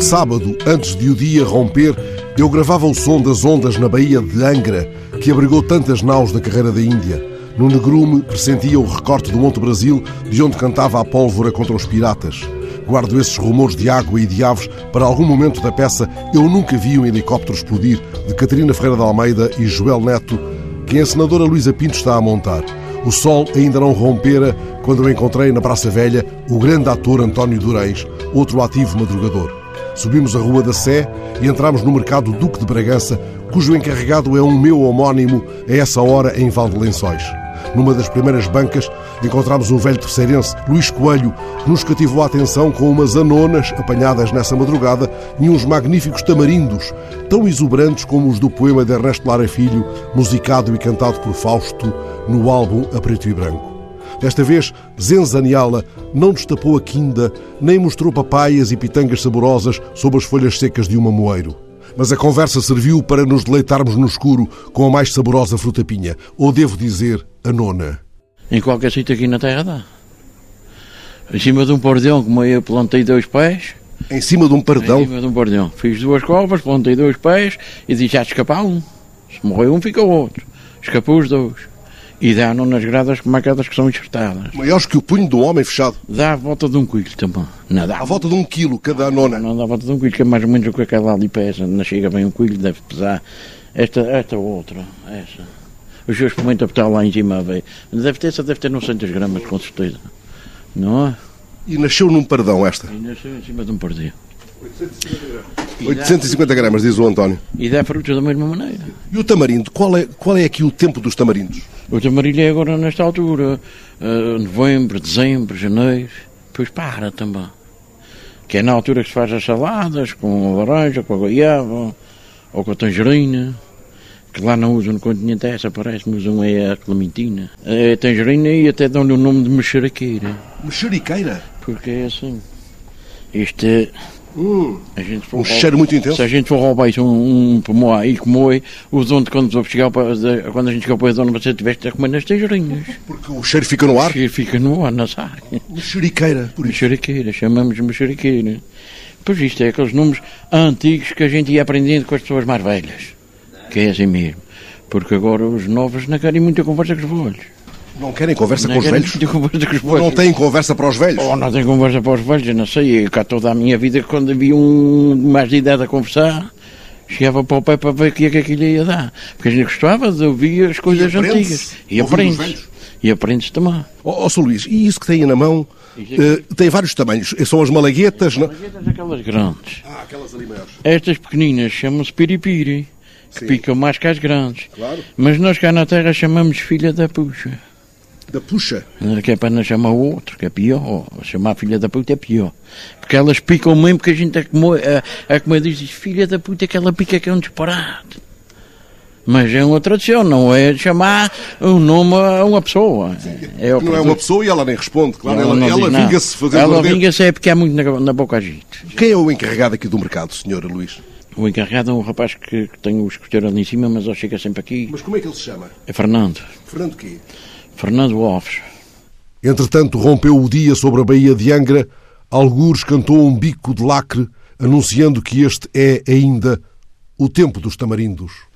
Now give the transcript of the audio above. Sábado, antes de o dia romper, eu gravava o som das ondas na baía de Angra, que abrigou tantas naus da carreira da Índia. No negrume, pressentia o recorte do Monte Brasil, de onde cantava a pólvora contra os piratas. Guardo esses rumores de água e de aves para algum momento da peça Eu Nunca Vi um Helicóptero Explodir, de Catarina Ferreira de Almeida e Joel Neto, que a encenadora Luísa Pinto está a montar. O sol ainda não rompera quando eu encontrei na Praça Velha o grande ator António Durães, outro ativo madrugador. Subimos a Rua da Sé e entramos no mercado Duque de Bragança, cujo encarregado é um meu homónimo a essa hora em Val de Lençóis. Numa das primeiras bancas encontramos um velho terceirense, Luís Coelho, que nos cativou a atenção com umas anonas apanhadas nessa madrugada e uns magníficos tamarindos, tão exuberantes como os do poema de Ernesto Lara Filho, musicado e cantado por Fausto no álbum A Preto e Branco. Desta vez, Zenzaniala não destapou a quinda, nem mostrou papaias e pitangas saborosas sob as folhas secas de um mamoeiro. Mas a conversa serviu para nos deleitarmos no escuro com a mais saborosa frutapinha, ou devo dizer, a nona. Em qualquer sítio aqui na terra dá. Em cima de um pordeão, como eu plantei dois pés. Em cima de um Em pardão, cima de um pordeão. Fiz duas covas, plantei dois pés e disse, já escapar um. Se morreu um, fica o outro. Escapou os dois. E dá-no nas gradas como aquelas que são enxertadas. maiores que o punho de um homem fechado, Dá a volta de um coelho também. Não dá. à volta de um quilo cada anona. Não dá a volta de um coelho, que é mais ou menos o que aquela ali pesa. Não chega bem um coelho, deve pesar. Esta, esta outra, essa. Os seus momentos está lá em cima a ver. Deve ter, essa deve ter 900 gramas, com certeza. Não é? E nasceu num pardão esta. E nasceu em cima de um perdido. 850 gramas, diz o António. E dá frutos da mesma maneira. E o tamarindo? Qual é, qual é aqui o tempo dos tamarindos? O tamarilho é agora nesta altura, eh, novembro, dezembro, janeiro, depois para também. Que é na altura que se faz as saladas, com a laranja, com a goiaba, ou com a tangerina, que lá não usam no continente essa, parece-me usam é a clementina. É a tangerina e até dão-lhe o nome de mexeriqueira, Mexeriqueira. porque é assim. Isto é... Hum. A gente Um cheiro muito intenso. Se a gente for roubar isso, um, um pomô aí que moe, o dono de quando, chegar, para- de- quando a gente chegar para o dono, você tiveste a comer nas tangerinhas. Porque o cheiro fica no ar. Que fica no ar, na saca. Mexeriqueira, por isso. Mexeriqueira, chamamos de mexeriqueira. Pois isto é aqueles números antigos que a gente ia aprendendo com as pessoas mais velhas. Que é assim mesmo. Porque agora os novos não querem muita conversa com os velhos. Não querem conversa Não com os querem velhos? muita conversa com os Ou não velhos. têm conversa para os velhos? Oh, não tem conversa para os velhos, eu não sei. Eu cá toda a minha vida, quando havia um de mais de idade a conversar, chegava para o pai para ver o que é que aquilo ia dar. Porque a gente gostava de ouvir as coisas aprende-se, antigas. ouvindo E os aprende velhos. E aprende também. Ó, ó, Oh, Sr. Luís, e isso que tem aí na mão eh, tem vários tamanhos. São as malaguetas, não? Estas aquelas grandes. Ah, aquelas ali maiores. Estas pequeninas chamam-se piripiri, que Sim. picam mais que as grandes. Claro. Mas nós cá na terra chamamos filha da puxa. Da puxa. Que é para não chamar o outro, que é pior. Chamar filha da puta é pior. Porque elas picam mesmo porque a gente é a comer, a, a comer diz, filha da puta que ela pica que é um disparate. Mas é uma tradição, não é chamar um nome a uma pessoa. É o Não é uma pessoa e ela nem responde, claro. Ela, não diz ela nada. vinga-se fazendo Ela arder. vinga-se é porque há muito na, na boca a gente. Quem é o encarregado aqui do mercado, senhora Luís? O encarregado é um rapaz que, que tem o escoteiro ali em cima, mas ele chega sempre aqui. Mas como é que ele se chama? É Fernando. Fernando quê? Fernando Alves. Entretanto, rompeu o dia sobre a Baía de Angra. Algures cantou um bico de lacre, anunciando que este é ainda o tempo dos tamarindos.